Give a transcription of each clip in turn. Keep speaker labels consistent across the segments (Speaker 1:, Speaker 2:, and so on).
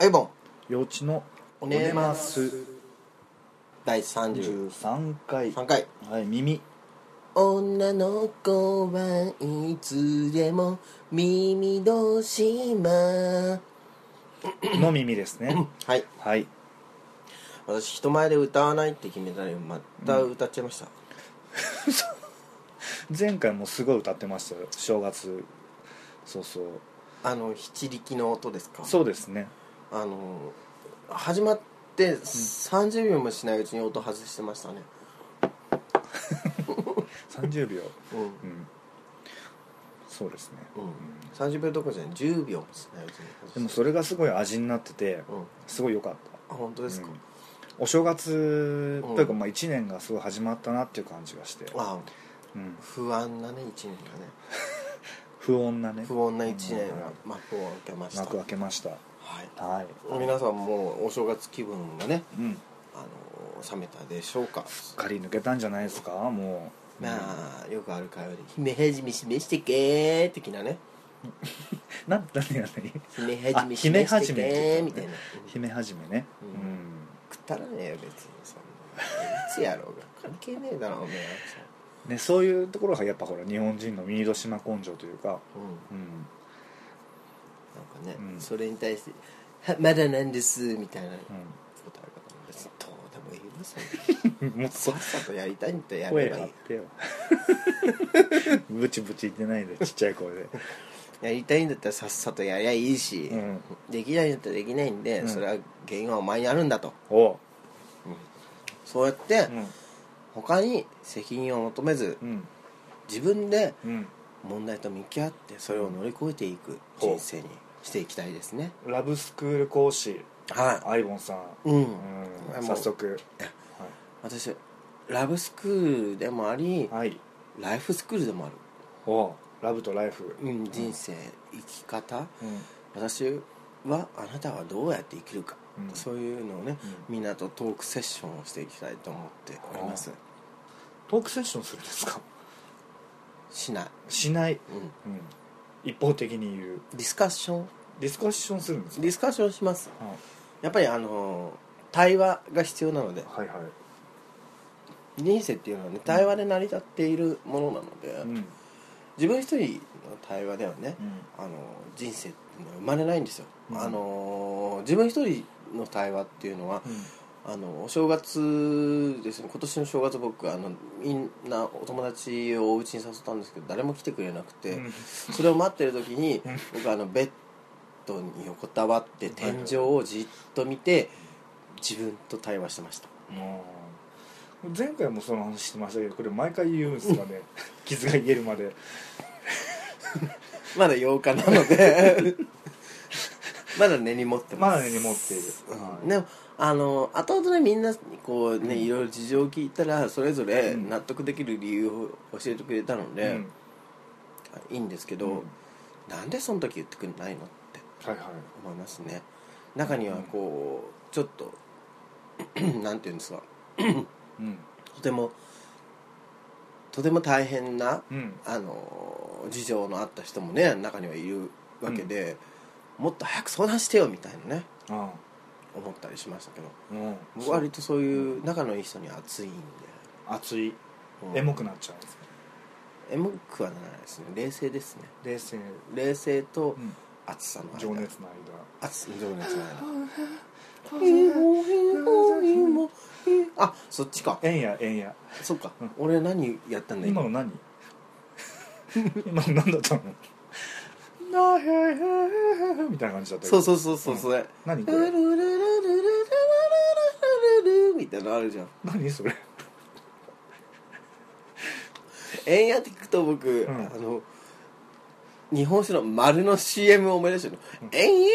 Speaker 1: アイボン
Speaker 2: 幼稚の
Speaker 1: おねます第33
Speaker 2: 13回
Speaker 1: 回
Speaker 2: はい耳
Speaker 1: 女の子はいつでも耳戸島は
Speaker 2: の耳ですね
Speaker 1: い
Speaker 2: はい
Speaker 1: 私人前で歌わないって決めたらまた歌っちゃいました、
Speaker 2: 前回もすごい歌ってましたよ正月そうそう
Speaker 1: あの七力の音ですか
Speaker 2: そうですね
Speaker 1: あの始まって30秒もしないうちに音外してましたね
Speaker 2: 30秒
Speaker 1: うん、
Speaker 2: うんそうですね
Speaker 1: うん30秒どころじゃない10秒もしないうちに外
Speaker 2: でも
Speaker 1: して
Speaker 2: それがすごい味になってて
Speaker 1: うんあ
Speaker 2: すごい良かっ
Speaker 1: 本当
Speaker 2: た
Speaker 1: ですか、
Speaker 2: うんお正月
Speaker 1: うん
Speaker 2: というかまあ1年がすごい始まったなっていう感じがして、
Speaker 1: あ
Speaker 2: うん、
Speaker 1: 不安なね一年がね
Speaker 2: 不穏なね
Speaker 1: 不穏な一年が幕を開けました
Speaker 2: 幕開けました
Speaker 1: はい
Speaker 2: はい
Speaker 1: 皆さんもうお正月気分がね、
Speaker 2: うん
Speaker 1: あの冷めたでしょうか
Speaker 2: 狩り抜けたんじゃないですかもう
Speaker 1: まあよくある会話で「姫はじめ示してけ」的なね
Speaker 2: なんなんでやね
Speaker 1: 「姫はじめ
Speaker 2: あ姫
Speaker 1: 示
Speaker 2: は
Speaker 1: して
Speaker 2: じめ
Speaker 1: け」みたいな
Speaker 2: 姫はじめね
Speaker 1: う
Speaker 2: うんん、
Speaker 1: くったらねえよ別にそんないつやろうが関係ねえだろおめえ
Speaker 2: ねそういうところがやっぱほら日本人のミード島根性というか
Speaker 1: うん
Speaker 2: うん
Speaker 1: なんかね、
Speaker 2: うん
Speaker 1: それに対しては「まだなんです」みたいな
Speaker 2: う
Speaker 1: ことあるかと思うんですどうでもいいですよ
Speaker 2: ん もう
Speaker 1: さ
Speaker 2: そ
Speaker 1: っさとやりたいんとやれ
Speaker 2: 声
Speaker 1: ばい
Speaker 2: 張っ
Speaker 1: い
Speaker 2: てよブチブチ言ってな いでちっちゃい声で
Speaker 1: やりたいんだったらさっさとやりゃいいし、
Speaker 2: うん
Speaker 1: できないんだったらできないんで、
Speaker 2: うん
Speaker 1: それは原因はお前にあるんだと
Speaker 2: おう
Speaker 1: そうやって
Speaker 2: うん
Speaker 1: 他に責任を求めず
Speaker 2: うん
Speaker 1: 自分で
Speaker 2: うん
Speaker 1: 問題と向き合ってそれを乗り越えていく人生にしていきたいですね
Speaker 2: ラブスクール講師
Speaker 1: は
Speaker 2: アイボンさん、
Speaker 1: いうん、
Speaker 2: う
Speaker 1: あ
Speaker 2: ん、
Speaker 1: もう
Speaker 2: 早速
Speaker 1: 私ラブスクールでもあり
Speaker 2: はい、はい、
Speaker 1: ライフスクールでもある、
Speaker 2: おうラブとライフ
Speaker 1: うん、人生生き方
Speaker 2: うん
Speaker 1: 私はあなたはどうやって生きるか、
Speaker 2: うん
Speaker 1: そういうのをね、
Speaker 2: うん
Speaker 1: みんなとトークセッションをしていきたいと思っております
Speaker 2: トークセッションするんですか
Speaker 1: しない、
Speaker 2: しない、
Speaker 1: うん、
Speaker 2: うん、一方的に言う
Speaker 1: ディスカッション
Speaker 2: ディスカッションするんですか
Speaker 1: ディスカッションします
Speaker 2: は
Speaker 1: やっぱりあの対話が必要なので
Speaker 2: いはいはい
Speaker 1: 人生っていうのはね対話で成り立っているものなので、
Speaker 2: うん、うん、
Speaker 1: 自分一人の対話ではね、あの人生っていうのは生まれないんですよ、
Speaker 2: うん
Speaker 1: あの自分一人の対話っていうのは、あのお正月ですね今年の正月僕あのみんなお友達をお家に誘ったんですけど誰も来てくれなくて、
Speaker 2: うん
Speaker 1: それを待ってる時に
Speaker 2: うん
Speaker 1: 僕あのベッドに横たわって
Speaker 2: はいはい
Speaker 1: 天井をじっと見て自分と対話してました
Speaker 2: もう前回もその話してましたけどこれ毎回言うんですかね傷が癒えるまで
Speaker 1: まだ8日なの でまだ根に持って
Speaker 2: ま
Speaker 1: ます
Speaker 2: だ根に持っている、はい
Speaker 1: でもあの後々ねみんなにこうね、いろいろ事情を聞いたらそれぞれ
Speaker 2: うん
Speaker 1: 納得できる理由を教えてくれたので、
Speaker 2: うん
Speaker 1: いいんですけど、
Speaker 2: うん
Speaker 1: なんでその時言ってくれないのって
Speaker 2: はいはい
Speaker 1: 思いますね中にはこうちょっと なんて言うんですか
Speaker 2: うん
Speaker 1: とてもとても大変な
Speaker 2: うん
Speaker 1: あの事情のあった人もね中にはいるわけで、もっと早く相談してよみたいなね
Speaker 2: あ
Speaker 1: 思ったりしましたけど
Speaker 2: あうん
Speaker 1: 僕割とそういう仲のいい人には熱いんで、
Speaker 2: 熱い
Speaker 1: うん
Speaker 2: エモくなっちゃうんですね
Speaker 1: エモくはならないですね冷静ですね
Speaker 2: 冷静、
Speaker 1: 冷静と
Speaker 2: うん、
Speaker 1: 熱さの間
Speaker 2: 情熱の間
Speaker 1: 熱情熱の間
Speaker 2: うん
Speaker 1: あそっちか
Speaker 2: えんやえんや
Speaker 1: そっか、
Speaker 2: うん
Speaker 1: 俺何やったんだ
Speaker 2: 今 の何今の何だったのなへへへへみたいな感じだったけ
Speaker 1: そ
Speaker 2: ど
Speaker 1: うそうそうそうそれ、
Speaker 2: 何こ
Speaker 1: ルル
Speaker 2: れ
Speaker 1: ルルルルルルルルみたいなのあるじゃん
Speaker 2: 何それ
Speaker 1: えんやって聞くと僕、
Speaker 2: ん
Speaker 1: あの日本酒の丸の CM を思い出してるの「えんや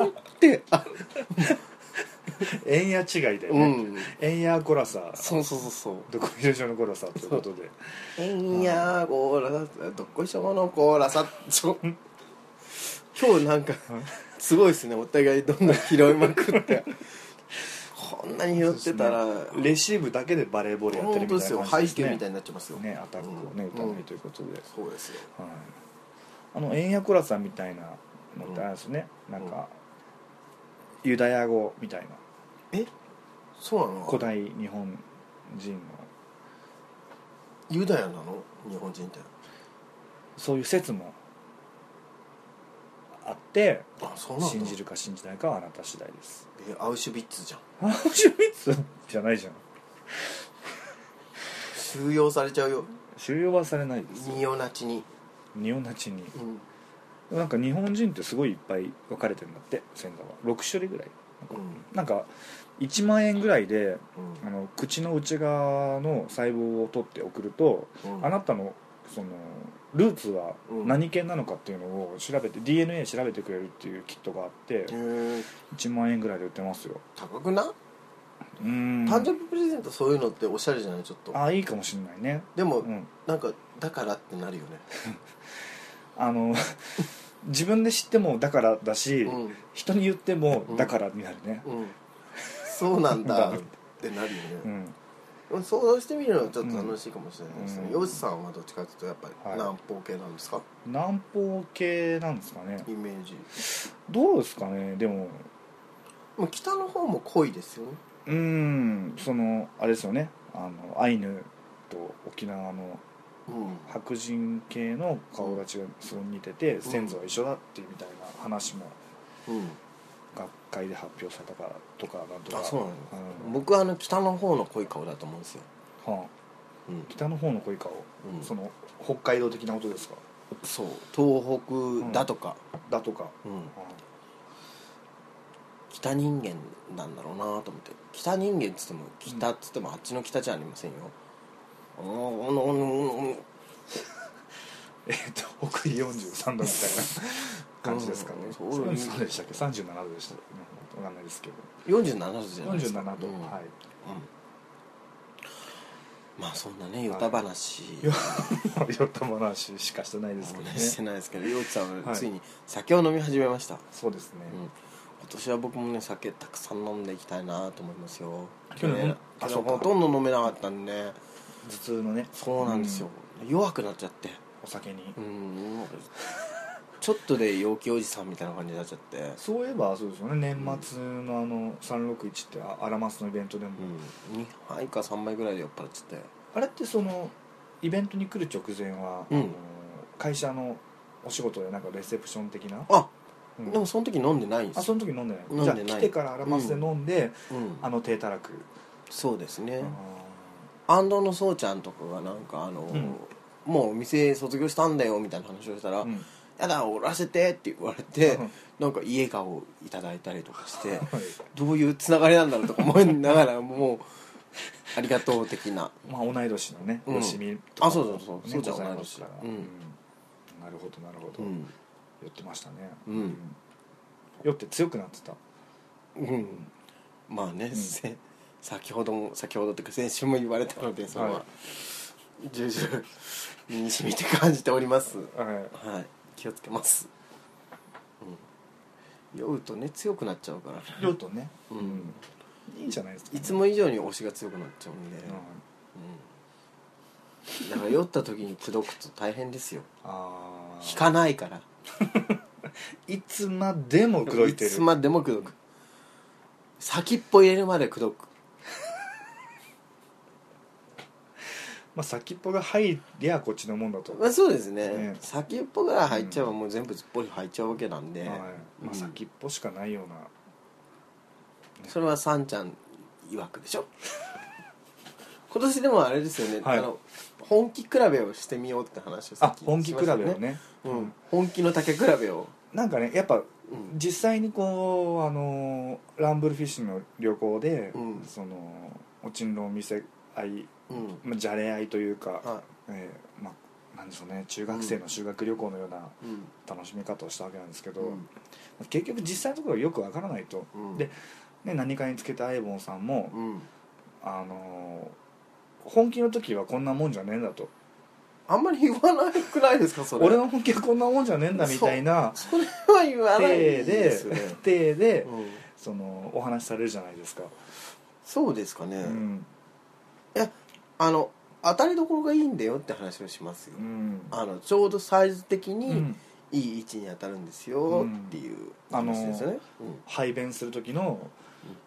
Speaker 1: ーん」ってあ
Speaker 2: えんや違いだよ
Speaker 1: う
Speaker 2: ね
Speaker 1: ん
Speaker 2: えんやゴラサ
Speaker 1: そうそうそうそう
Speaker 2: どこいるしょのゴラサということで
Speaker 1: 「えんやーゴーラどっこいしょのゴーラさ」ちょ今日なんかすごいですねお互いどんどん拾いまくってこんなに拾ってたら
Speaker 2: レシーブだけでバレーボールやって
Speaker 1: 本
Speaker 2: る
Speaker 1: 当
Speaker 2: み
Speaker 1: で
Speaker 2: たい
Speaker 1: す
Speaker 2: な
Speaker 1: よ
Speaker 2: 感
Speaker 1: 背
Speaker 2: じで
Speaker 1: 景
Speaker 2: す
Speaker 1: みたい
Speaker 2: ね
Speaker 1: になっちゃいますよ
Speaker 2: ねアタックをね打たないということで
Speaker 1: そうですよ
Speaker 2: はいあのえんやゴラサみたいなのってあれですねなんかユダヤ語みたいな
Speaker 1: そうなの
Speaker 2: 古代日本人の
Speaker 1: ユダヤなの日本人って
Speaker 2: そういう説もあって
Speaker 1: あそうなんだ
Speaker 2: 信じるか信じないかはあなた次第です
Speaker 1: えアウシュビッツじゃん
Speaker 2: アウシュビッツじゃないじゃん
Speaker 1: 収容されちゃうよ
Speaker 2: 収容はされないですよ
Speaker 1: ニオナチに、
Speaker 2: ニオナチに
Speaker 1: うん、
Speaker 2: なんか日本人ってすごいいっぱい分かれてるんだって千座は6種類ぐらい
Speaker 1: うん
Speaker 2: なんか1万円ぐらいで
Speaker 1: うん
Speaker 2: あの口の内側の細胞を取って送ると
Speaker 1: うん
Speaker 2: あなたのそのルーツは
Speaker 1: うん
Speaker 2: 何系なのかっていうのを調べて、DNA 調べてくれるっていうキットがあって
Speaker 1: へー
Speaker 2: 1万円ぐらいで売ってますよ
Speaker 1: 高くな
Speaker 2: うーん
Speaker 1: 誕生日プレゼントそういうのっておしゃれじゃないちょっと
Speaker 2: あいいかもしんないね
Speaker 1: でも、
Speaker 2: うん
Speaker 1: なんかだからってなるよね、
Speaker 2: あの 自分で知ってもだからだし、
Speaker 1: うん
Speaker 2: 人に言っても
Speaker 1: うん
Speaker 2: だからになるね
Speaker 1: うん、そうなんだっ
Speaker 2: だ
Speaker 1: てなるよ
Speaker 2: う
Speaker 1: ね、
Speaker 2: ん、
Speaker 1: うん、想像してみるのはちょっと楽しいかもしれないですね
Speaker 2: うん
Speaker 1: 洋治、さんはどっちかというとやっぱり
Speaker 2: はい
Speaker 1: 南方系なんですか、
Speaker 2: 南方系なんですかね
Speaker 1: イメージ
Speaker 2: どうですかねでも
Speaker 1: もう北の方も濃いですよね
Speaker 2: うーんそのあれですよねあのアイヌと沖縄の
Speaker 1: うん
Speaker 2: 白人系の顔立ちがすごい似てて、先祖は一緒だっていうみたいな話も
Speaker 1: うん
Speaker 2: 学会で発表されたからとかなんとか
Speaker 1: あそうなの
Speaker 2: うん
Speaker 1: 僕はあの北の方の濃い顔だと思うんですよ、
Speaker 2: はあ
Speaker 1: うん
Speaker 2: 北の方の恋かを、
Speaker 1: うん
Speaker 2: その北海道的なことですか
Speaker 1: そう東北だとか、
Speaker 2: だとか、
Speaker 1: うん
Speaker 2: は
Speaker 1: 北人間なんだろうなと思って北人間っつっても北っつってもあっちの北じゃありませんよ、おーおのおのおのおの
Speaker 2: あえっと北緯43度みたいな 感じですかね、
Speaker 1: うん
Speaker 2: そ
Speaker 1: そうう
Speaker 2: そうでしたっけ37度でしたっけねわかんないですけど
Speaker 1: 47度じゃないですか
Speaker 2: 47度、
Speaker 1: うん
Speaker 2: は
Speaker 1: うん
Speaker 2: い
Speaker 1: まあそんなねヨタ話
Speaker 2: よ よった話しかしてないですけどね
Speaker 1: 話してないですけど陽一さん
Speaker 2: は
Speaker 1: はいついに酒を飲み始めました、
Speaker 2: そうですね、
Speaker 1: うん、今年は僕もね酒たくさん飲んでいきたいなと思いますよ
Speaker 2: 去年
Speaker 1: ね
Speaker 2: あ
Speaker 1: 去
Speaker 2: そ
Speaker 1: 年
Speaker 2: う
Speaker 1: ほ
Speaker 2: か
Speaker 1: とんど飲めなかったんでね
Speaker 2: 頭痛のね
Speaker 1: そうなんですよ、弱くなっちゃって
Speaker 2: お酒に、
Speaker 1: うんちょっとで陽気おじさんみたいな感じになっちゃって
Speaker 2: そういえばそうですよね年末のあの361ってあアラマスのイベントでも、
Speaker 1: うん2杯か3杯ぐらいで酔っ払っちゃって
Speaker 2: あれってそのイベントに来る直前は、
Speaker 1: うん
Speaker 2: あの会社のお仕事でなんかレセプション的な
Speaker 1: あ、
Speaker 2: うん
Speaker 1: でもその時飲んでないんで
Speaker 2: あ
Speaker 1: すよ
Speaker 2: その時飲んでない
Speaker 1: 飲んでない
Speaker 2: じゃあ来てからアラマスで飲んで、
Speaker 1: うん
Speaker 2: あの低たらく、
Speaker 1: そうですね、
Speaker 2: あ
Speaker 1: 安藤のそうちゃんとかがなんかあの、
Speaker 2: うん
Speaker 1: もうお店卒業したんだよみたいな話をしたら「
Speaker 2: ーうん
Speaker 1: やだおらせて」って言われて、
Speaker 2: うん
Speaker 1: なんか家顔をいただいたりとかして
Speaker 2: はい
Speaker 1: どういうつながりなんだろうとか思いながらもうありがとう的な
Speaker 2: まあ、同い年のね、
Speaker 1: うん
Speaker 2: よしみ
Speaker 1: あそうそうそうそうじゃん
Speaker 2: ございますから
Speaker 1: 同い年うん
Speaker 2: なるほどなるほど、
Speaker 1: うん
Speaker 2: 酔ってましたね、
Speaker 1: うん
Speaker 2: 酔って強くなってた
Speaker 1: うんまあね、せ先ほども先ほどというか先週も言われたのでそれは、
Speaker 2: は
Speaker 1: 重々身にしみて感じております
Speaker 2: はい
Speaker 1: はい気をつけます、うん、酔うとね強くなっちゃうからね
Speaker 2: 酔うとね、
Speaker 1: うん
Speaker 2: いいんじゃないですか、
Speaker 1: いつも以上に推しが強くなっちゃうんで、
Speaker 2: うん
Speaker 1: うん、だから酔った時に口説くと大変ですよ
Speaker 2: あ
Speaker 1: 引
Speaker 2: あ
Speaker 1: かないから
Speaker 2: いつまでも口説いてる
Speaker 1: つまでも口説く先っぽ入れるまで口説く
Speaker 2: まあ、先っぽが入りゃこっちのもんだと、
Speaker 1: まあそうですね
Speaker 2: ね
Speaker 1: 先っぽから入っちゃえばもう全部すっぽり入っちゃうわけなんで、
Speaker 2: はい
Speaker 1: うん
Speaker 2: まあ、先っぽしかないような、
Speaker 1: それはさんちゃん曰くでしょ 今年でもあれですよね、
Speaker 2: はい
Speaker 1: あの本気比べをしてみようって話をさ
Speaker 2: あ
Speaker 1: っきしま
Speaker 2: 本気
Speaker 1: し
Speaker 2: 比
Speaker 1: た
Speaker 2: べを
Speaker 1: よ
Speaker 2: ね
Speaker 1: うん、本気の竹比べを、
Speaker 2: なんかねやっぱ
Speaker 1: うん
Speaker 2: 実際にこうあのーランブルフィッシュの旅行で、
Speaker 1: うん
Speaker 2: そのおちんろん見せ合い、
Speaker 1: うん
Speaker 2: まあ、じゃれ合いというか、
Speaker 1: は
Speaker 2: えーまあなんでしょうね中学生の修学旅行のような
Speaker 1: うん
Speaker 2: 楽しみ方をしたわけなんですけど、
Speaker 1: うん
Speaker 2: 結局実際のところよくわからないと、
Speaker 1: うん
Speaker 2: で、ね、何かにつけたアイボンさんも、
Speaker 1: うん、
Speaker 2: あのー本気の時はこんなもんじゃねえんだと
Speaker 1: あんまり言わなくないですかそれ
Speaker 2: 俺の本気はこんなもんじゃねえんだみたいな
Speaker 1: それは言わない
Speaker 2: 体で
Speaker 1: ですよね、
Speaker 2: 体で、
Speaker 1: うん、
Speaker 2: そのお話しされるじゃないですか、
Speaker 1: そうですかね、
Speaker 2: うん
Speaker 1: いやあの当たりどころがいいんだよって話をしますよ、
Speaker 2: うん
Speaker 1: あのちょうどサイズ的に、
Speaker 2: うん
Speaker 1: いい位置に当たるんですよっていう話ですよね、うん
Speaker 2: 排便する時の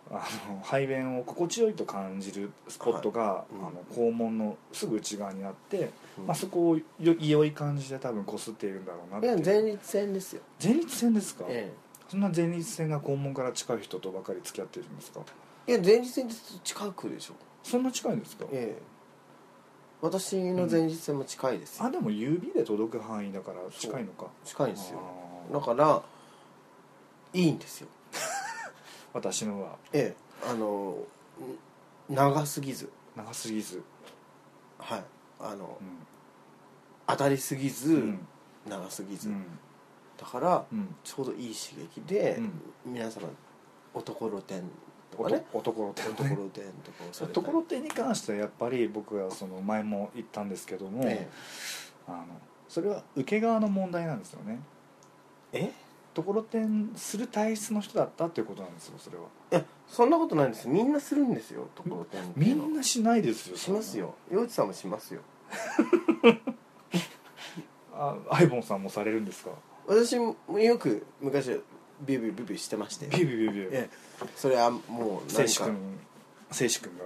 Speaker 2: あの排便を心地よいと感じるスポットが、
Speaker 1: いうん
Speaker 2: あの肛門のすぐ内側にあって、
Speaker 1: うん
Speaker 2: まあ、そこをよ良い感じで多分こすっているんだろうなっ
Speaker 1: いや
Speaker 2: て
Speaker 1: 前立腺ですよ、
Speaker 2: 前立腺ですか、
Speaker 1: え
Speaker 2: そんな前立腺が肛門から近い人とばかり付き合っているんですか
Speaker 1: え、いや前立腺って近くでしょ、
Speaker 2: そんな近いんですか
Speaker 1: ええ、私の前立腺も近いですよ、
Speaker 2: あでも指で届く範囲だから近いのか
Speaker 1: 近いですよ
Speaker 2: あー
Speaker 1: だからいいんですよ
Speaker 2: 私のは
Speaker 1: ええあのん長すぎず
Speaker 2: 長すぎず、
Speaker 1: はいあの
Speaker 2: うん
Speaker 1: 当たりすぎず、
Speaker 2: うん
Speaker 1: 長すぎず、
Speaker 2: うん
Speaker 1: だから
Speaker 2: うん
Speaker 1: ちょうどいい刺激で、
Speaker 2: うん
Speaker 1: 皆様男露天と
Speaker 2: お
Speaker 1: か
Speaker 2: と
Speaker 1: ね
Speaker 2: 男の手
Speaker 1: 男露天とかをされた
Speaker 2: と
Speaker 1: り
Speaker 2: ころてんに関してはやっぱり僕はその前も言ったんですけども、
Speaker 1: え
Speaker 2: あのそれは受け側の問題なんですよね
Speaker 1: ええ
Speaker 2: ところてんする体質の人だったっていうことなんですよそれはい
Speaker 1: やそんなことないんですみんなするんですよところてんって
Speaker 2: み
Speaker 1: いうの
Speaker 2: んなしないですよ
Speaker 1: しますよ陽一さんもしますよ
Speaker 2: そんなあアイボンさんもされるんですか
Speaker 1: 私もよく昔ビュービュービュービューしてまして
Speaker 2: ビュビュビュビュ
Speaker 1: ええそれはもう
Speaker 2: 静
Speaker 1: なん
Speaker 2: 止
Speaker 1: か
Speaker 2: 君静止君が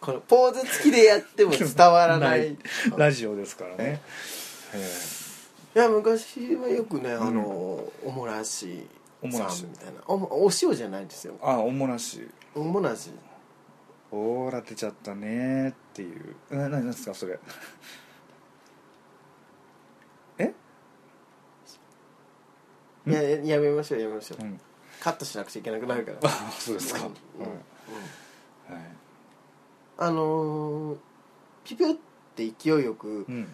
Speaker 1: このポーズ付きでや っても伝わらないい
Speaker 2: ラジオですからね、え
Speaker 1: や昔はよくねあの、おもらし
Speaker 2: おもらし
Speaker 1: さんみたいなおもお塩じゃないですよ
Speaker 2: えあおもらし
Speaker 1: おもらし
Speaker 2: おーら出ちゃったねーっていうな何ですかそれ え
Speaker 1: いやややめましょうやめましょう、
Speaker 2: うん
Speaker 1: カットしなくちゃいけなくなるから
Speaker 2: あそうですか、
Speaker 1: うんうん
Speaker 2: はい、
Speaker 1: あのー、ピュピュって勢いよく
Speaker 2: うん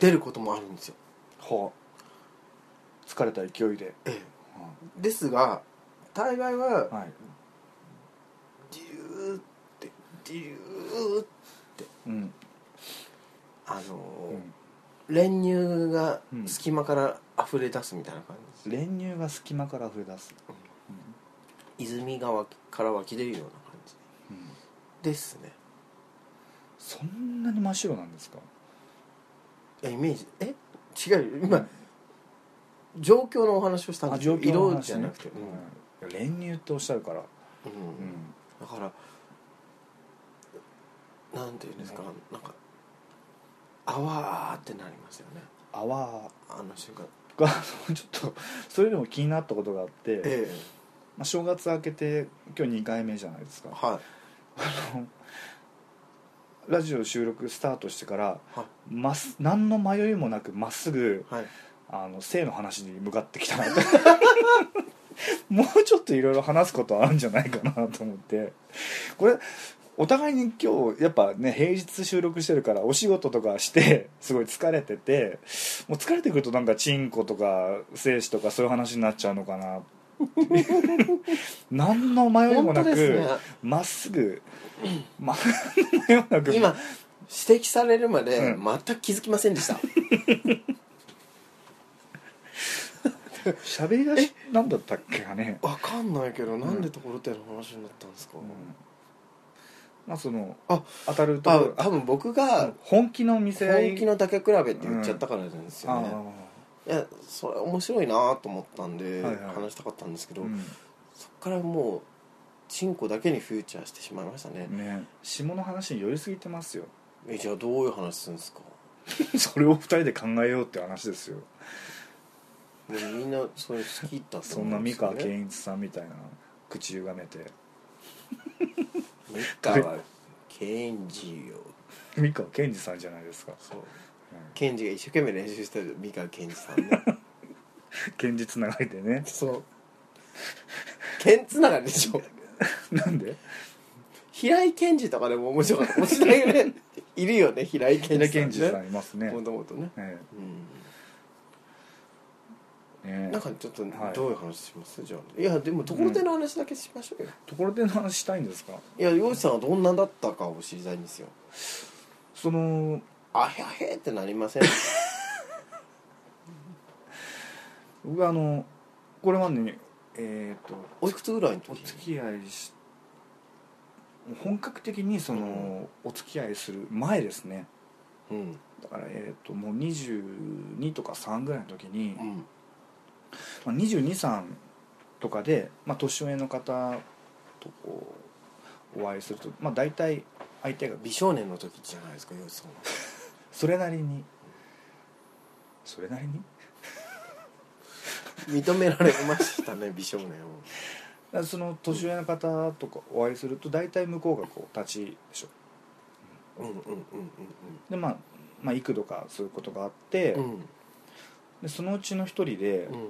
Speaker 1: 出ることもあるんですよ、
Speaker 2: はあ疲れた勢いで、
Speaker 1: ええですが大概は
Speaker 2: はい
Speaker 1: デューってデューって
Speaker 2: うん
Speaker 1: あの
Speaker 2: う
Speaker 1: ー
Speaker 2: ん
Speaker 1: 練乳が
Speaker 2: うん
Speaker 1: 隙間から溢れ出すみたいな感じ、
Speaker 2: 練乳が隙間から溢れ出す、
Speaker 1: 泉川から湧き出るような感じ
Speaker 2: うん、
Speaker 1: ですね
Speaker 2: そんなに真っ白なんですか
Speaker 1: いやイメージえ違うよ今状況のお話をしたんですよ
Speaker 2: の
Speaker 1: 色
Speaker 2: 話
Speaker 1: じゃなくて、うん
Speaker 2: うんいや練乳っておっしゃるから、
Speaker 1: うん
Speaker 2: うん
Speaker 1: だからなんていうんですか、なんかあわーってなりますよね
Speaker 2: 泡
Speaker 1: あの瞬間
Speaker 2: が ちょっとそれでも気になったことがあって、
Speaker 1: え
Speaker 2: まあ、正月明けて今日2回目じゃないです
Speaker 1: え
Speaker 2: か
Speaker 1: は
Speaker 2: ラジオ収録スタートしてから
Speaker 1: いは
Speaker 2: まっす何の迷いもなくまっすぐ
Speaker 1: いはい
Speaker 2: あの性の話に向かってきたなともうちょっといろいろ話すことあるんじゃないかなと思ってこれお互いに今日やっぱね平日収録してるからお仕事とかしてすごい疲れててもう疲れてくるとなんかチンコとか精子とかそういう話になっちゃうの かな何の迷いも
Speaker 1: 本
Speaker 2: な
Speaker 1: 当ですね
Speaker 2: くまっすぐま 迷いもなく
Speaker 1: 今指摘されるまで
Speaker 2: うん
Speaker 1: 全く気づきませんでした、
Speaker 2: 喋り出しなんだったっけかね
Speaker 1: わかんないけどなんでところてんの話になったんですか、
Speaker 2: うんまあその
Speaker 1: あ
Speaker 2: 当たると
Speaker 1: あ
Speaker 2: ころ
Speaker 1: 多分僕が
Speaker 2: 本気の店合い
Speaker 1: 本気の竹比べって言っちゃったからなんですよね、いやそれ面白いなと思ったんで
Speaker 2: はいはい
Speaker 1: 話したかったんですけ
Speaker 2: あー
Speaker 1: ど、
Speaker 2: うん
Speaker 1: そっからもうチンコだけにフューチャーしてしまいましたね、
Speaker 2: ね下の話に寄りすぎてますよ
Speaker 1: えじゃあどういう話するんですか
Speaker 2: それを二人で考えようって話ですよ
Speaker 1: もうみんなそれ好きだと
Speaker 2: そ
Speaker 1: 思
Speaker 2: んな
Speaker 1: うんで
Speaker 2: 三
Speaker 1: すよ
Speaker 2: 河
Speaker 1: ね
Speaker 2: 健一さんみたいな口ゆがめて
Speaker 1: 三河健二よ
Speaker 2: 三河健二さんじゃないですか
Speaker 1: そう
Speaker 2: うん
Speaker 1: 健二が一生懸命練習してる三河健二さんね
Speaker 2: 健二つながりでね
Speaker 1: そう健つながりでしょ
Speaker 2: なんで
Speaker 1: 平井健二とかでも面白かった面白いよ ねいるよね平井健
Speaker 2: 平
Speaker 1: 二
Speaker 2: 井
Speaker 1: さん
Speaker 2: 健二さ
Speaker 1: ね
Speaker 2: んいますね
Speaker 1: もともとね
Speaker 2: ええ
Speaker 1: う
Speaker 2: ね
Speaker 1: ん
Speaker 2: え
Speaker 1: なんかちょっと
Speaker 2: はい
Speaker 1: どういう話します、じゃあいやでもところてんの話だけしましょうよ、
Speaker 2: ところでの話したいんですか
Speaker 1: いや洋一さんはどんなだったかを知りたいんですよ
Speaker 2: その
Speaker 1: あへあへってなりません
Speaker 2: 僕はあのこれまでにえっ、と
Speaker 1: おいくつぐらいの
Speaker 2: お
Speaker 1: 時
Speaker 2: 付き合いし本格的にその、お付き合いする前ですね
Speaker 1: うん
Speaker 2: だからえっ、ともう22とか3ぐらいの時に、
Speaker 1: うん
Speaker 2: まあ、223とかで、まあ、年上の方とこうお会いすると、まあ、大体相手が
Speaker 1: 美少年の時じゃないですかよその
Speaker 2: それなりにそれなりに
Speaker 1: 認められましたね美少年を
Speaker 2: だからその年上の方とかお会いすると大体向こうがこう立ちでし
Speaker 1: う
Speaker 2: ょ
Speaker 1: んうんうん
Speaker 2: で、まあ、まあ幾度かそういうことがあって、
Speaker 1: うんうん
Speaker 2: でそのうちの一人で、
Speaker 1: うんうん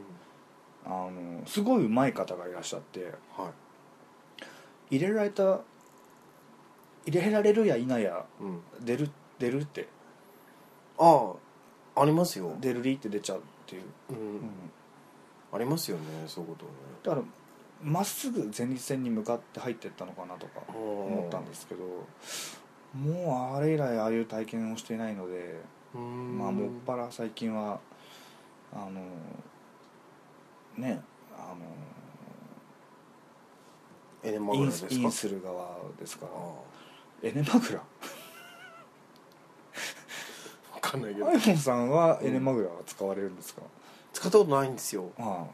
Speaker 2: あのすごい上手い方がいらっしゃって
Speaker 1: は
Speaker 2: 入れられた入れられるや否や
Speaker 1: い、うん、
Speaker 2: 出る出るって
Speaker 1: ああありますよ、
Speaker 2: 出るりって出ちゃうっていう、
Speaker 1: うん
Speaker 2: うん
Speaker 1: ありますよねそういうことね
Speaker 2: だからまっすぐ前立腺に向かって入ってったのかなとか思ったんですすけどもうあれ以来ああいう体験をしていないので、まあもっぱら最近はあのねあ
Speaker 1: エネマ
Speaker 2: の
Speaker 1: グ
Speaker 2: イ
Speaker 1: ラ
Speaker 2: ン
Speaker 1: です
Speaker 2: す
Speaker 1: か
Speaker 2: インする側ですか
Speaker 1: あ
Speaker 2: らエネマグラ
Speaker 1: あ分かんないけど
Speaker 2: アイモンさんはエネマグラは使われるんですか、
Speaker 1: 使ったことないんですよ
Speaker 2: あ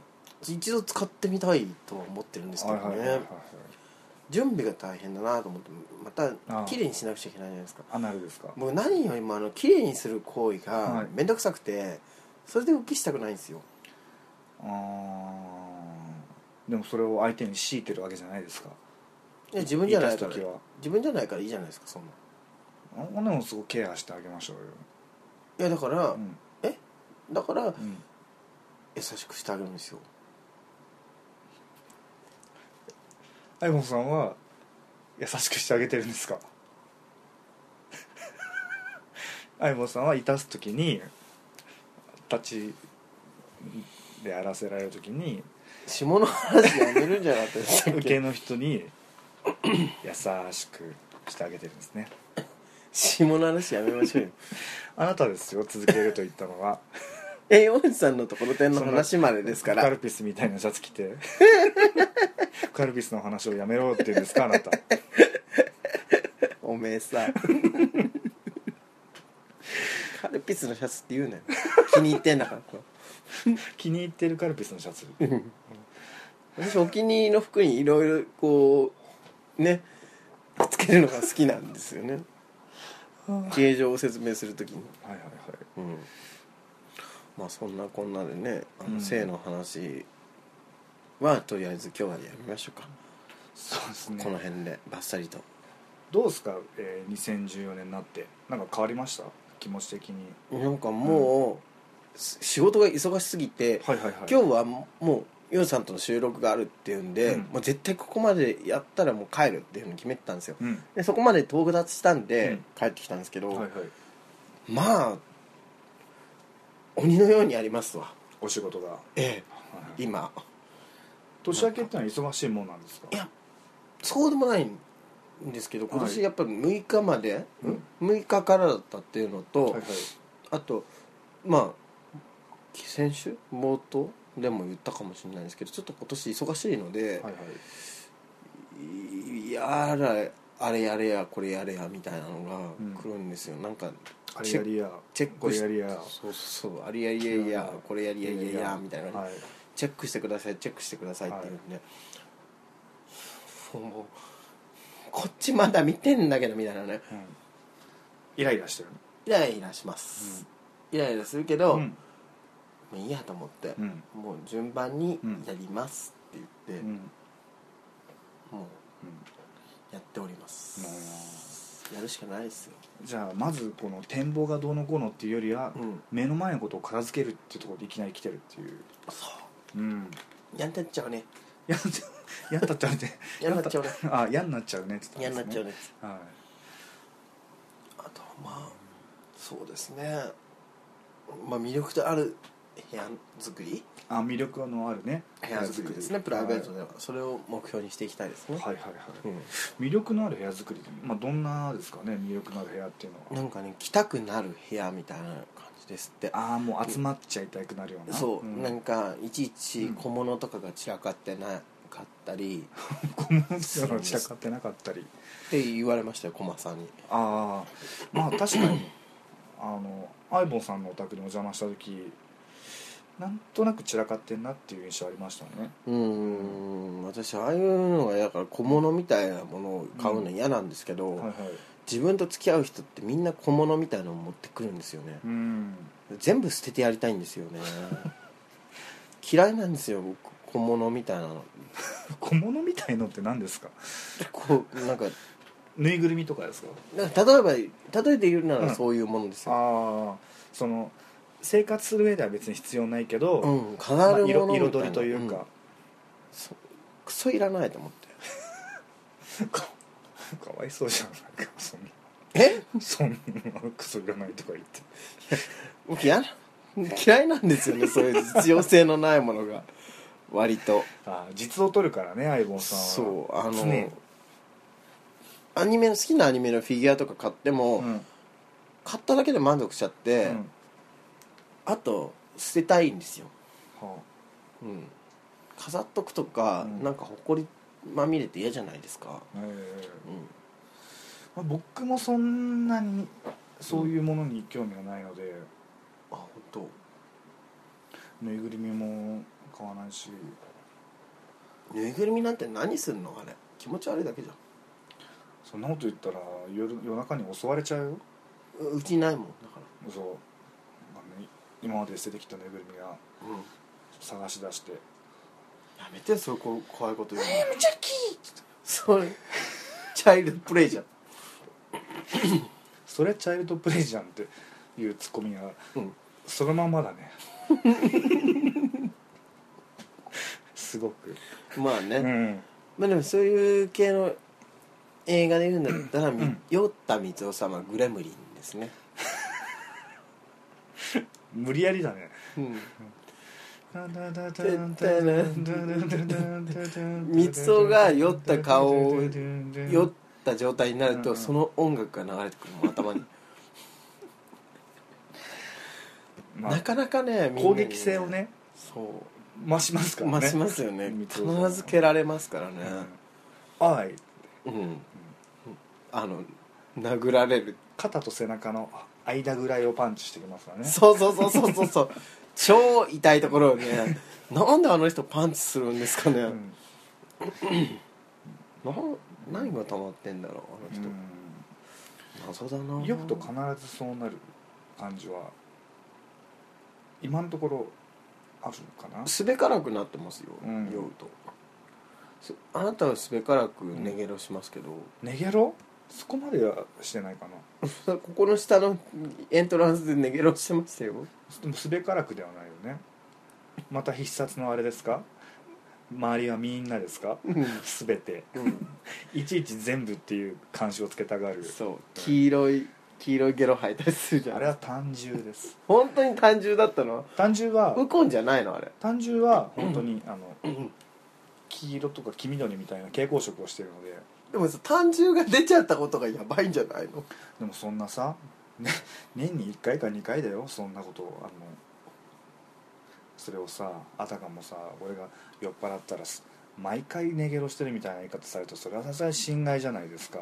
Speaker 1: 一度使ってみたいとは思ってるんですけ
Speaker 2: あは
Speaker 1: ど
Speaker 2: いはいはいはい
Speaker 1: ね準備が大変だなと思ってま
Speaker 2: あ
Speaker 1: た
Speaker 2: あ
Speaker 1: 綺麗にしなくちゃいけないじゃないですか
Speaker 2: アナルですか
Speaker 1: 僕何よりもあの綺麗にする行為
Speaker 2: はい
Speaker 1: が面倒くさくて、それで浮気したくないんですよ
Speaker 2: あーでもそれを相手に強いてるわけじゃないですか
Speaker 1: いや自分じゃないから
Speaker 2: 言い出す時は
Speaker 1: 自分じゃないからいいじゃないですかそんな
Speaker 2: あんなのすごいケアしてあげましょうよ、
Speaker 1: いやだから、
Speaker 2: うん
Speaker 1: だから
Speaker 2: うん
Speaker 1: 優しくしてあげるんですよ
Speaker 2: アイモンさんは優しくしてあげてるんですか アイモンさんはいたす時に立ちでやらせられる時に
Speaker 1: 下の話やめるんじゃなかったでしたっ
Speaker 2: 受
Speaker 1: け
Speaker 2: けの人に優しくしてあげてるんですね
Speaker 1: 下の話やめましょうよ
Speaker 2: あなたですよ続けると言ったのは
Speaker 1: えおじさんのところてんの話までですか
Speaker 2: カ
Speaker 1: ら
Speaker 2: ルピスみたいなシャツ着てカルピスの話をやめろって言うんですかあなた
Speaker 1: おめえさ カルピスのシャツって言うなよ気に入ってんだからこ
Speaker 2: 気に入ってるカルピスのシャツ
Speaker 1: れ私お気に入りの服にいろいろこうねつけるのが好きなんですよね形状を説明するときに、
Speaker 2: はいはいはい
Speaker 1: うん、まあそんなこんなでねあ
Speaker 2: う
Speaker 1: の
Speaker 2: ん
Speaker 1: 性の話はとりあえず今日はやめましょうか、
Speaker 2: そうですね
Speaker 1: この辺でバッサリと
Speaker 2: どうですか、えー、2014年になってなんか変わりました気持ち的に
Speaker 1: なんかもう、す仕事が忙しすぎて、
Speaker 2: はいはいはい
Speaker 1: 今日はもうヨンさんとの収録があるっていうんで、
Speaker 2: うん
Speaker 1: もう絶対ここまでやったらもう帰るっていうふうに決めてたんですよ
Speaker 2: うん
Speaker 1: でそこまで到達したんで、
Speaker 2: うん
Speaker 1: 帰ってきたんですけど、
Speaker 2: はいはい
Speaker 1: まあ鬼のようにありますわ
Speaker 2: お仕事が、はい
Speaker 1: ええ
Speaker 2: はい
Speaker 1: 今
Speaker 2: 年明けってのは忙しいもんなんですか
Speaker 1: いやそうでもないんですけど今
Speaker 2: はい
Speaker 1: 年やっぱり6日まで、
Speaker 2: うん
Speaker 1: 6日からだったっていうのと、
Speaker 2: はいはい
Speaker 1: あとまあ先週冒頭でも言ったかもしれないですけどちょっと今年忙しいので、
Speaker 2: はいはい
Speaker 1: いやらあれやれやこれやれやみたいなの
Speaker 2: うん
Speaker 1: が来るんですよ、なんか
Speaker 2: あれやりや
Speaker 1: チェッ
Speaker 2: こ
Speaker 1: ク
Speaker 2: れ
Speaker 1: し
Speaker 2: や
Speaker 1: て
Speaker 2: りや
Speaker 1: そうそうあれやりやいやこれやりやいやいやみたいな、
Speaker 2: はい
Speaker 1: チェックしてくださいチェックしてくださいっていうんで、もうこっちまだ見てんだけどみたいなね
Speaker 2: うんイライラしてる
Speaker 1: イライラします、イライラするけど、
Speaker 2: う
Speaker 1: も
Speaker 2: ん
Speaker 1: ういいやと思って、
Speaker 2: うん
Speaker 1: もう順番に
Speaker 2: うん
Speaker 1: やりますって言
Speaker 2: う
Speaker 1: っ
Speaker 2: ん
Speaker 1: て、も
Speaker 2: う
Speaker 1: うやっております、やるしかないですよ、
Speaker 2: んじゃあまずこの展望がどうのこうのっていうよりは、
Speaker 1: うん、
Speaker 2: 目の前のことを片付けるっていうところでいきなり来てるっていう
Speaker 1: そ
Speaker 2: うん
Speaker 1: うやんなっちゃうね
Speaker 2: やんちゃやんなっちゃうね
Speaker 1: やんなっちゃうね
Speaker 2: あ嫌になっちゃうねって言
Speaker 1: やん
Speaker 2: った
Speaker 1: なっ
Speaker 2: んで
Speaker 1: ち
Speaker 2: す
Speaker 1: ゃ
Speaker 2: ね
Speaker 1: うね
Speaker 2: は
Speaker 1: あとはまあそうですねまあ魅力である部屋作り
Speaker 2: い、あ魅力のあるね
Speaker 1: 部屋作りですねプライベートでは、それを目標にしていきたいですね、
Speaker 2: はい、はいはいは
Speaker 1: う
Speaker 2: い
Speaker 1: ん
Speaker 2: 魅力のある部屋作りで、まあ、どんなですかね魅力のある部屋っていうの
Speaker 1: な
Speaker 2: は
Speaker 1: んかね来たくなる部屋みたいな感じですって
Speaker 2: ああもう集まっちゃいたくなるような
Speaker 1: そう、
Speaker 2: ん
Speaker 1: なんかいちいち小物とかが散らかってなかったり、
Speaker 2: この人の散らかってなかったり
Speaker 1: って言われましたよ駒さんに
Speaker 2: ああまあ確かにあのアイボンさんのお宅にお邪魔した時なんとなく散らかってんなっていう印象ありましたね
Speaker 1: うーん私ああいうのがだから小物みたいなものを買うの嫌なんですけど、
Speaker 2: はいはい
Speaker 1: 自分と付き合う人ってみんな小物みたいなのを持ってくるんですよね
Speaker 2: うん
Speaker 1: 全部捨ててやりたいんです よね嫌いなんですよ僕小物みたいなの
Speaker 2: 小物みたいのって何ですか
Speaker 1: こうなんか
Speaker 2: ぬいぐるみとかですか
Speaker 1: なんか例えば例えて言うな
Speaker 2: う
Speaker 1: ら
Speaker 2: ん
Speaker 1: そういうものですよ、
Speaker 2: ああその生活する上では別に必要ないけど、
Speaker 1: うん
Speaker 2: ま
Speaker 1: 飾
Speaker 2: あ、
Speaker 1: るものみたいな、
Speaker 2: 色彩りという
Speaker 1: うん
Speaker 2: か、
Speaker 1: そクソいらないと思って
Speaker 2: か かわいそうじゃないかそんな
Speaker 1: え
Speaker 2: そんなクソいらないとか言って
Speaker 1: 僕や嫌いなんですよねそういう実用性のないものが割と
Speaker 2: ああ実を取るからねアイボンさんは
Speaker 1: そうあ
Speaker 2: 常に
Speaker 1: のアニメの好きなアニメのフィギュアとか買っても、
Speaker 2: うん
Speaker 1: 買っただけで満足しちゃって、
Speaker 2: うん
Speaker 1: あと捨てたいんですよ、
Speaker 2: は
Speaker 1: うん、飾っとくとか、
Speaker 2: うん
Speaker 1: なんかほこりまみれて嫌じゃないですか、
Speaker 2: あええ
Speaker 1: うん、
Speaker 2: まあ僕もそんなにそういうものに興味がないので、
Speaker 1: あ本当。
Speaker 2: ぬいぐるみも買わないし
Speaker 1: ぬいぐるみなんて何するのあれ気持ち悪いだけじゃん
Speaker 2: そんなこと言ったら夜夜中に襲われちゃうよ
Speaker 1: ううちないもんだか
Speaker 2: そう、まあね、今まで捨ててきたぬいぐるみが
Speaker 1: ら、うん、や
Speaker 2: 探し出して
Speaker 1: めてそこ怖いこと言うの
Speaker 2: 「めちゃき!
Speaker 1: それチャイルドプレイじゃん、」
Speaker 2: それチャイルドプレイじゃんっていうツッコミが
Speaker 1: うん、
Speaker 2: そのまんまだ ねすごく
Speaker 1: まあね、
Speaker 2: うん
Speaker 1: まあでもそういう系の映画で言うんだったら、
Speaker 2: ん
Speaker 1: 酔った光雄様グレムリンですね、
Speaker 2: 無理やりだね
Speaker 1: うん、
Speaker 2: 三
Speaker 1: 三つ男が酔った顔を酔
Speaker 2: 酔
Speaker 1: った状態になると、
Speaker 2: うんうん
Speaker 1: その音楽が流れてくるの頭に、
Speaker 2: ま
Speaker 1: な
Speaker 2: あ、
Speaker 1: かなかねみんなに
Speaker 2: 攻撃性をね
Speaker 1: そ
Speaker 2: 増します
Speaker 1: う
Speaker 2: からね
Speaker 1: 増しますよね
Speaker 2: 三つ
Speaker 1: 必
Speaker 2: 男さん
Speaker 1: ず蹴られますからね
Speaker 2: うん愛
Speaker 1: うん、あの殴られる
Speaker 2: 肩と背中の間ぐらいをパンチしてきますからね
Speaker 1: そうそうそうそうそう そう超痛いところをねなんであの人パンチするんですかね、
Speaker 2: うん
Speaker 1: なん何が溜まってんだろうあの人、謎だ
Speaker 2: う
Speaker 1: なん
Speaker 2: 酔うと必ずそうなる感じは今のところあるかな
Speaker 1: すべからくなってますよ、
Speaker 2: うん
Speaker 1: 酔うとすあなたはすべからく寝ゲロしますけど、
Speaker 2: ネゲロそこまではしてないかな
Speaker 1: ここの下のエントランスで寝ゲロしてましたよ
Speaker 2: でもすべからくではないよねまた必殺のあれですか周りはみんなですか
Speaker 1: うん
Speaker 2: すべて
Speaker 1: うん
Speaker 2: いちいち全部っていう監視をつけたがる
Speaker 1: そう黄色い黄色いゲロ吐いたりするじゃ
Speaker 2: あ
Speaker 1: ん
Speaker 2: れは単純です
Speaker 1: 本当に単純だったの
Speaker 2: 単純は
Speaker 1: ウコンじゃないのあれ
Speaker 2: 単純は本当にあの
Speaker 1: ん
Speaker 2: 黄色とか黄緑みたいな蛍光色をしてるので
Speaker 1: でもさ単純が出ちゃったことがやばいんじゃないの
Speaker 2: でもそんなさ、ね、 年に1回か2回だよそんなことあのそれをさあたかもさ俺が酔っ払ったらす毎回寝ゲロしてるみたいな言い方されるとそれはさすがに侵害じゃないですか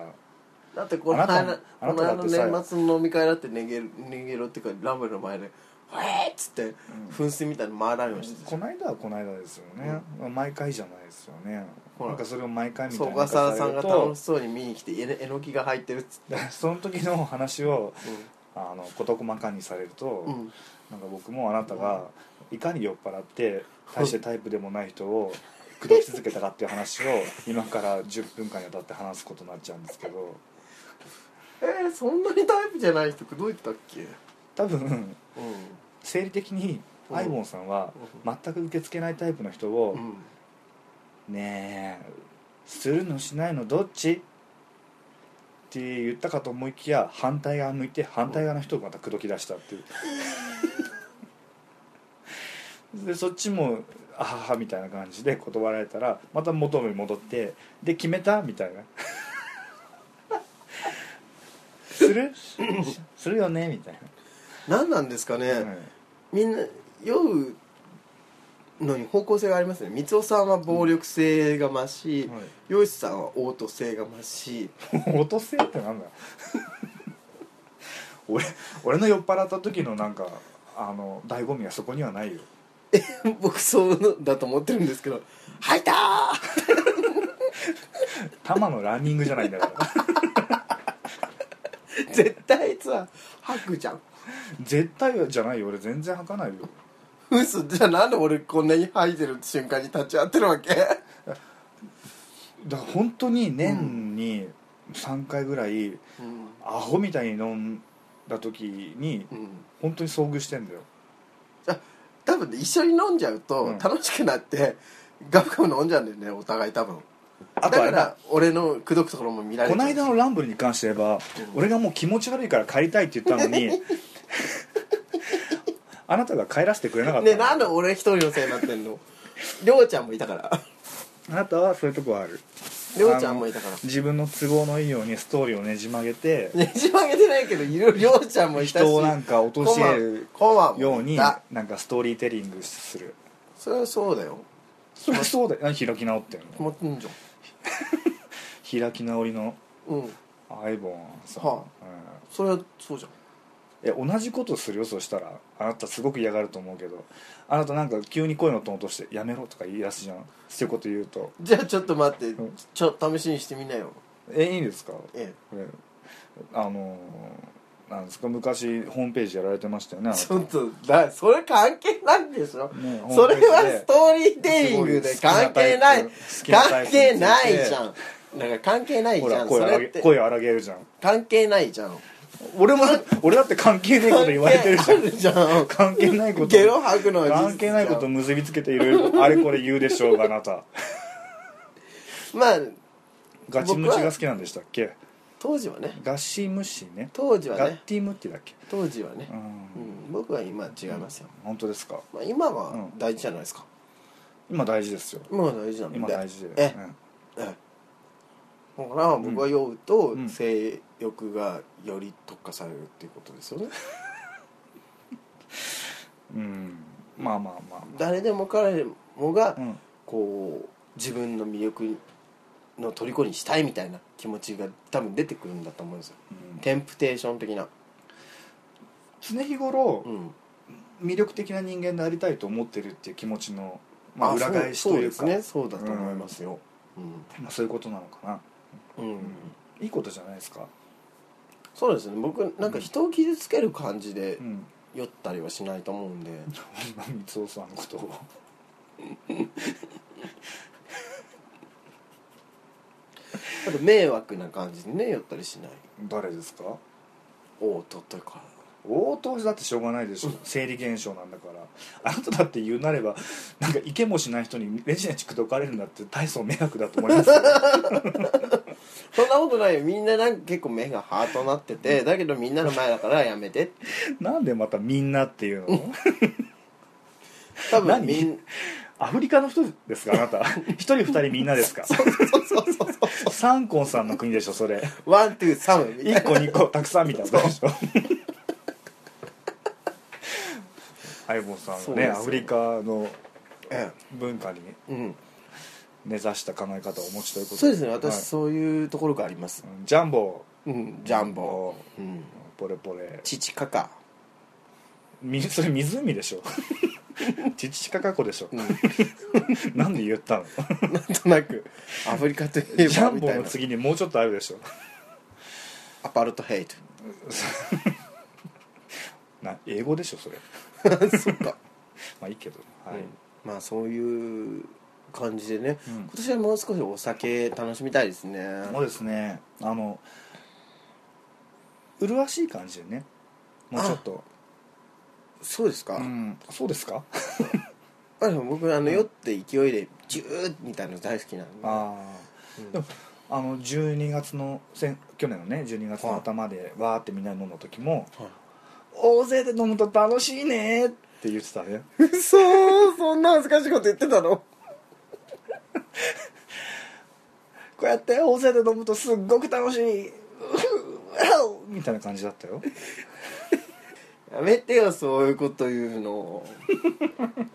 Speaker 1: だってこの
Speaker 2: あなた
Speaker 1: 間
Speaker 2: もあ
Speaker 1: こ
Speaker 2: な
Speaker 1: の間の
Speaker 2: ただってさ
Speaker 1: 年末の飲み会だって寝ゲロ寝ゲロっていうかラムの前で「えっ!」っつって噴水みたいなマーライオンしてた
Speaker 2: こないだはこないだですよね、毎回じゃないですよね
Speaker 1: ほら
Speaker 2: なんかそれを毎回みた
Speaker 1: そ
Speaker 2: いうな
Speaker 1: 小
Speaker 2: 言い
Speaker 1: 笠
Speaker 2: 方
Speaker 1: 原
Speaker 2: さ
Speaker 1: さ
Speaker 2: れ
Speaker 1: ん
Speaker 2: る
Speaker 1: が楽
Speaker 2: と
Speaker 1: しそうに見に来てええのきが入ってるっつって、
Speaker 2: その時のお話を
Speaker 1: う
Speaker 2: あの事細かにされると、
Speaker 1: んうん、
Speaker 2: なんか僕もあなたがいかに酔っ払って大してタイプでもない人を口説き続けたかっていう話を今から10分間にわたって話すことになっちゃうんですけど
Speaker 1: えー、そんなにタイプじゃない人口説いてたっけ、うん、
Speaker 2: 多分生理的にアイボンさんは全く受け付けないタイプの人を
Speaker 1: うん
Speaker 2: 「ねえするのしないのどっち?」って言ったかと思いきや反対側向いて反対側の人がまた口説き出したっていうでそっちも「あはは」みたいな感じで断られたらまた元に戻って「で決めた?」みたいな 「する するよね」みたい
Speaker 1: 何なんですかね、
Speaker 2: な、はい
Speaker 1: みんな酔うのに方向性がありますね光雄さんは暴力性が増し
Speaker 2: はい
Speaker 1: 洋一、さ んは嘔吐性が増し
Speaker 2: 落とせってなんだよ落 俺俺の酔っ払った時のなんかあの醍醐味はそこにはないよ
Speaker 1: 僕そうのだと思ってるんですけど「入ったー!
Speaker 2: たまのランニングじゃないんだから」
Speaker 1: 絶対あいつは吐くじゃん
Speaker 2: 絶対じゃないよ俺全然吐かないよ
Speaker 1: 嘘じゃあなんで俺こんなに吐いてる瞬間に立ち会ってるわけ
Speaker 2: だから本当に年に3回ぐらい
Speaker 1: うん、
Speaker 2: アホみたいに飲んだ時に
Speaker 1: うん、
Speaker 2: 本当に遭遇してんだよ
Speaker 1: 多分ね一緒に飲んじゃう
Speaker 2: う
Speaker 1: と
Speaker 2: ん
Speaker 1: 楽しくなって、ガブガブ飲んじゃうんだよねお互い多分
Speaker 2: あ
Speaker 1: だ
Speaker 2: とあ
Speaker 1: か
Speaker 2: れだ
Speaker 1: ら俺の口説くところも見られ
Speaker 2: こ
Speaker 1: ち
Speaker 2: の
Speaker 1: ゃう
Speaker 2: 間のランブルに関して言えば、
Speaker 1: うん
Speaker 2: 俺がもう気持ち悪いから帰りたいって言った のにあなたが帰らせてくれなかった
Speaker 1: ねなんで俺一人のせいになってんのりょうちゃんもいたから
Speaker 2: あなたはそういうとこはある
Speaker 1: りょうちゃんもいたから
Speaker 2: 自分の都合のいいようにストーリーをねじ曲げて
Speaker 1: ねじ曲げてないけどいるりょうちゃんもいたし
Speaker 2: 人をなんか陥れる
Speaker 1: コマコマもいた
Speaker 2: ようになんかストーリーテリングする
Speaker 1: それはそうだよ
Speaker 2: それはそうだよ何開き直ってん
Speaker 1: 決
Speaker 2: の
Speaker 1: まってんじ
Speaker 2: 開き直りの
Speaker 1: ゃんうん
Speaker 2: アイボンさ、
Speaker 1: は
Speaker 2: う
Speaker 1: それはそうじゃん
Speaker 2: ん、え同じことするよそしたらあなたすごく嫌がると思うけどあなたなんか急に声のトーン落として「やめろ」とか言い出すじゃんそういうこと言うと
Speaker 1: じゃあちょっと待って、
Speaker 2: うん
Speaker 1: ちょ試しにしてみなよ
Speaker 2: 「えいいんですか?」
Speaker 1: え
Speaker 2: これあのーなんですか昔ホームページやられてましたよねあ
Speaker 1: え
Speaker 2: なた
Speaker 1: ちょっとだそれ関係ないでしょ、
Speaker 2: ねホームページで
Speaker 1: それはストーリーテリングです
Speaker 2: ごい好
Speaker 1: 関
Speaker 2: きなタ
Speaker 1: 係
Speaker 2: イプ
Speaker 1: ない
Speaker 2: 好きなタイ
Speaker 1: 関
Speaker 2: プについ
Speaker 1: 係
Speaker 2: て
Speaker 1: ないじゃんなんか関係ない
Speaker 2: ほ
Speaker 1: じゃ
Speaker 2: ら
Speaker 1: ん
Speaker 2: 声
Speaker 1: そ
Speaker 2: 荒
Speaker 1: れ
Speaker 2: げ
Speaker 1: って
Speaker 2: 声荒げるじゃん
Speaker 1: 関係ないじゃん
Speaker 2: 俺も俺だって関係ないこと言われてるじゃん
Speaker 1: 関係あるじゃん
Speaker 2: 関係ないこと
Speaker 1: ゲロ吐くのは事実じゃん
Speaker 2: 関係ないこと結びつけていろいろあれこれ言うでしょうがあなた
Speaker 1: まあ
Speaker 2: ガチムチが好きなんでしたっけ
Speaker 1: 当時はね
Speaker 2: ガシムシね
Speaker 1: 当時は
Speaker 2: ガッ
Speaker 1: ね
Speaker 2: ティムッティだっけ
Speaker 1: 当時はね
Speaker 2: う、
Speaker 1: うんん、僕は今違いますよ、
Speaker 2: 本当ですか
Speaker 1: まあ、今
Speaker 2: う
Speaker 1: は
Speaker 2: ん
Speaker 1: 大事じゃないですか、
Speaker 2: 今大事ですよ
Speaker 1: 今は大事なので
Speaker 2: 今大事で
Speaker 1: え
Speaker 2: う、ん
Speaker 1: ええだから僕が酔うと
Speaker 2: うん
Speaker 1: 性欲がより特化されるっていうことですよね、
Speaker 2: うんまあまあまあ
Speaker 1: 誰でも彼もが
Speaker 2: うん
Speaker 1: こう自分の魅力の虜にしたいみたいな気持ちが多分出てくるんだと思うんですよ
Speaker 2: うん
Speaker 1: テンプテーション的な
Speaker 2: 常日頃
Speaker 1: うん
Speaker 2: 魅力的な人間でありたいと思ってるっていう気持ちのまあ裏返し
Speaker 1: そうそう
Speaker 2: とい
Speaker 1: で
Speaker 2: う
Speaker 1: す
Speaker 2: か
Speaker 1: ねそうだと思いますようん、
Speaker 2: まあそういうことなのかな
Speaker 1: うん
Speaker 2: いいことじゃないですか
Speaker 1: そうですね僕なんか人を傷つける感じで
Speaker 2: うん
Speaker 1: 酔ったりはしないと思うんで
Speaker 2: 今光雄さんのことを
Speaker 1: あと迷惑な感じでね酔ったりしない
Speaker 2: 誰ですか
Speaker 1: おおとっといから
Speaker 2: 応答だってしょうがないでしょ生理現象なんだからあなただって言うなればなんかいけもしない人にレジネチ口説かれるんだって大層迷惑だと思いますよ
Speaker 1: そんなことないよみんななんか結構目がハートになっててだけどみんなの前だからやめてって
Speaker 2: なんでまたみんなっていうの
Speaker 1: 多分
Speaker 2: 何
Speaker 1: みん
Speaker 2: アフリカの人ですかあなた一人二人みんなですか
Speaker 1: そうそうそうそう
Speaker 2: サンコンさんの国でしょそれ
Speaker 1: ワンツーサムみたいな
Speaker 2: 一個二個たくさんみたいなことでしょアイボンさん
Speaker 1: そう
Speaker 2: が
Speaker 1: です
Speaker 2: ね
Speaker 1: よ
Speaker 2: アフリカの
Speaker 1: え
Speaker 2: 文化に
Speaker 1: えうん
Speaker 2: 根ざした考え方をお持ちということ
Speaker 1: そうですね私
Speaker 2: はい
Speaker 1: そういうところがあります
Speaker 2: うんジャンボ
Speaker 1: うんジャンボうん
Speaker 2: ポレポレ
Speaker 1: チチカカ
Speaker 2: みそれ湖で しょチチカカ湖でしょ、
Speaker 1: うん
Speaker 2: なんで言ったの
Speaker 1: なんとなくアフリカとい
Speaker 2: ジ
Speaker 1: えば
Speaker 2: ャン
Speaker 1: み
Speaker 2: ボ
Speaker 1: たい
Speaker 2: の
Speaker 1: な
Speaker 2: 次にもうちょっとあるでしょ
Speaker 1: アパルトヘイ ト
Speaker 2: な英語でしょそれ
Speaker 1: そっか
Speaker 2: まあいいけど、はい
Speaker 1: うんまあそういう感じでね
Speaker 2: うん
Speaker 1: 今年はもう少しお酒楽しみたいですね
Speaker 2: そうですねあの麗しい感じでねもうちょっと
Speaker 1: そうですか
Speaker 2: うんそうですか
Speaker 1: あでも僕あの酔って勢いでジューみたいなの大好きなんで
Speaker 2: ああ、
Speaker 1: うん
Speaker 2: でもあの12月の先去年のね12月の頭でわーってみんなで飲んだ時も
Speaker 1: はい
Speaker 2: 「大勢で飲むと楽しいね」って言ってたね
Speaker 1: 嘘そんな恥ずかしいこと言ってたの
Speaker 2: こうやって大勢で飲むとすっごく楽しいみたいな感じだったよ
Speaker 1: やめてよそういうこと言うの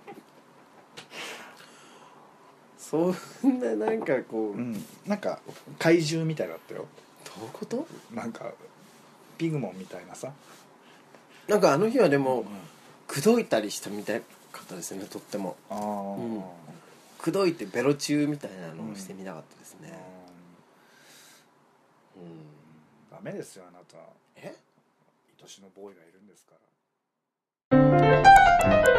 Speaker 1: そんななんかこう、
Speaker 2: う
Speaker 1: ど
Speaker 2: んなんか怪獣みたいだったよ
Speaker 1: ういうこと
Speaker 2: なんかピグモンみたいなさ
Speaker 1: なんかあの日はでも口説いたりしたみたい方ですねとっても
Speaker 2: ああ、
Speaker 1: うん口説いてベロ中みたいなのをしてみなかったですね、うん
Speaker 2: ダメですよあなた
Speaker 1: え
Speaker 2: 愛しのボーイがいるんですから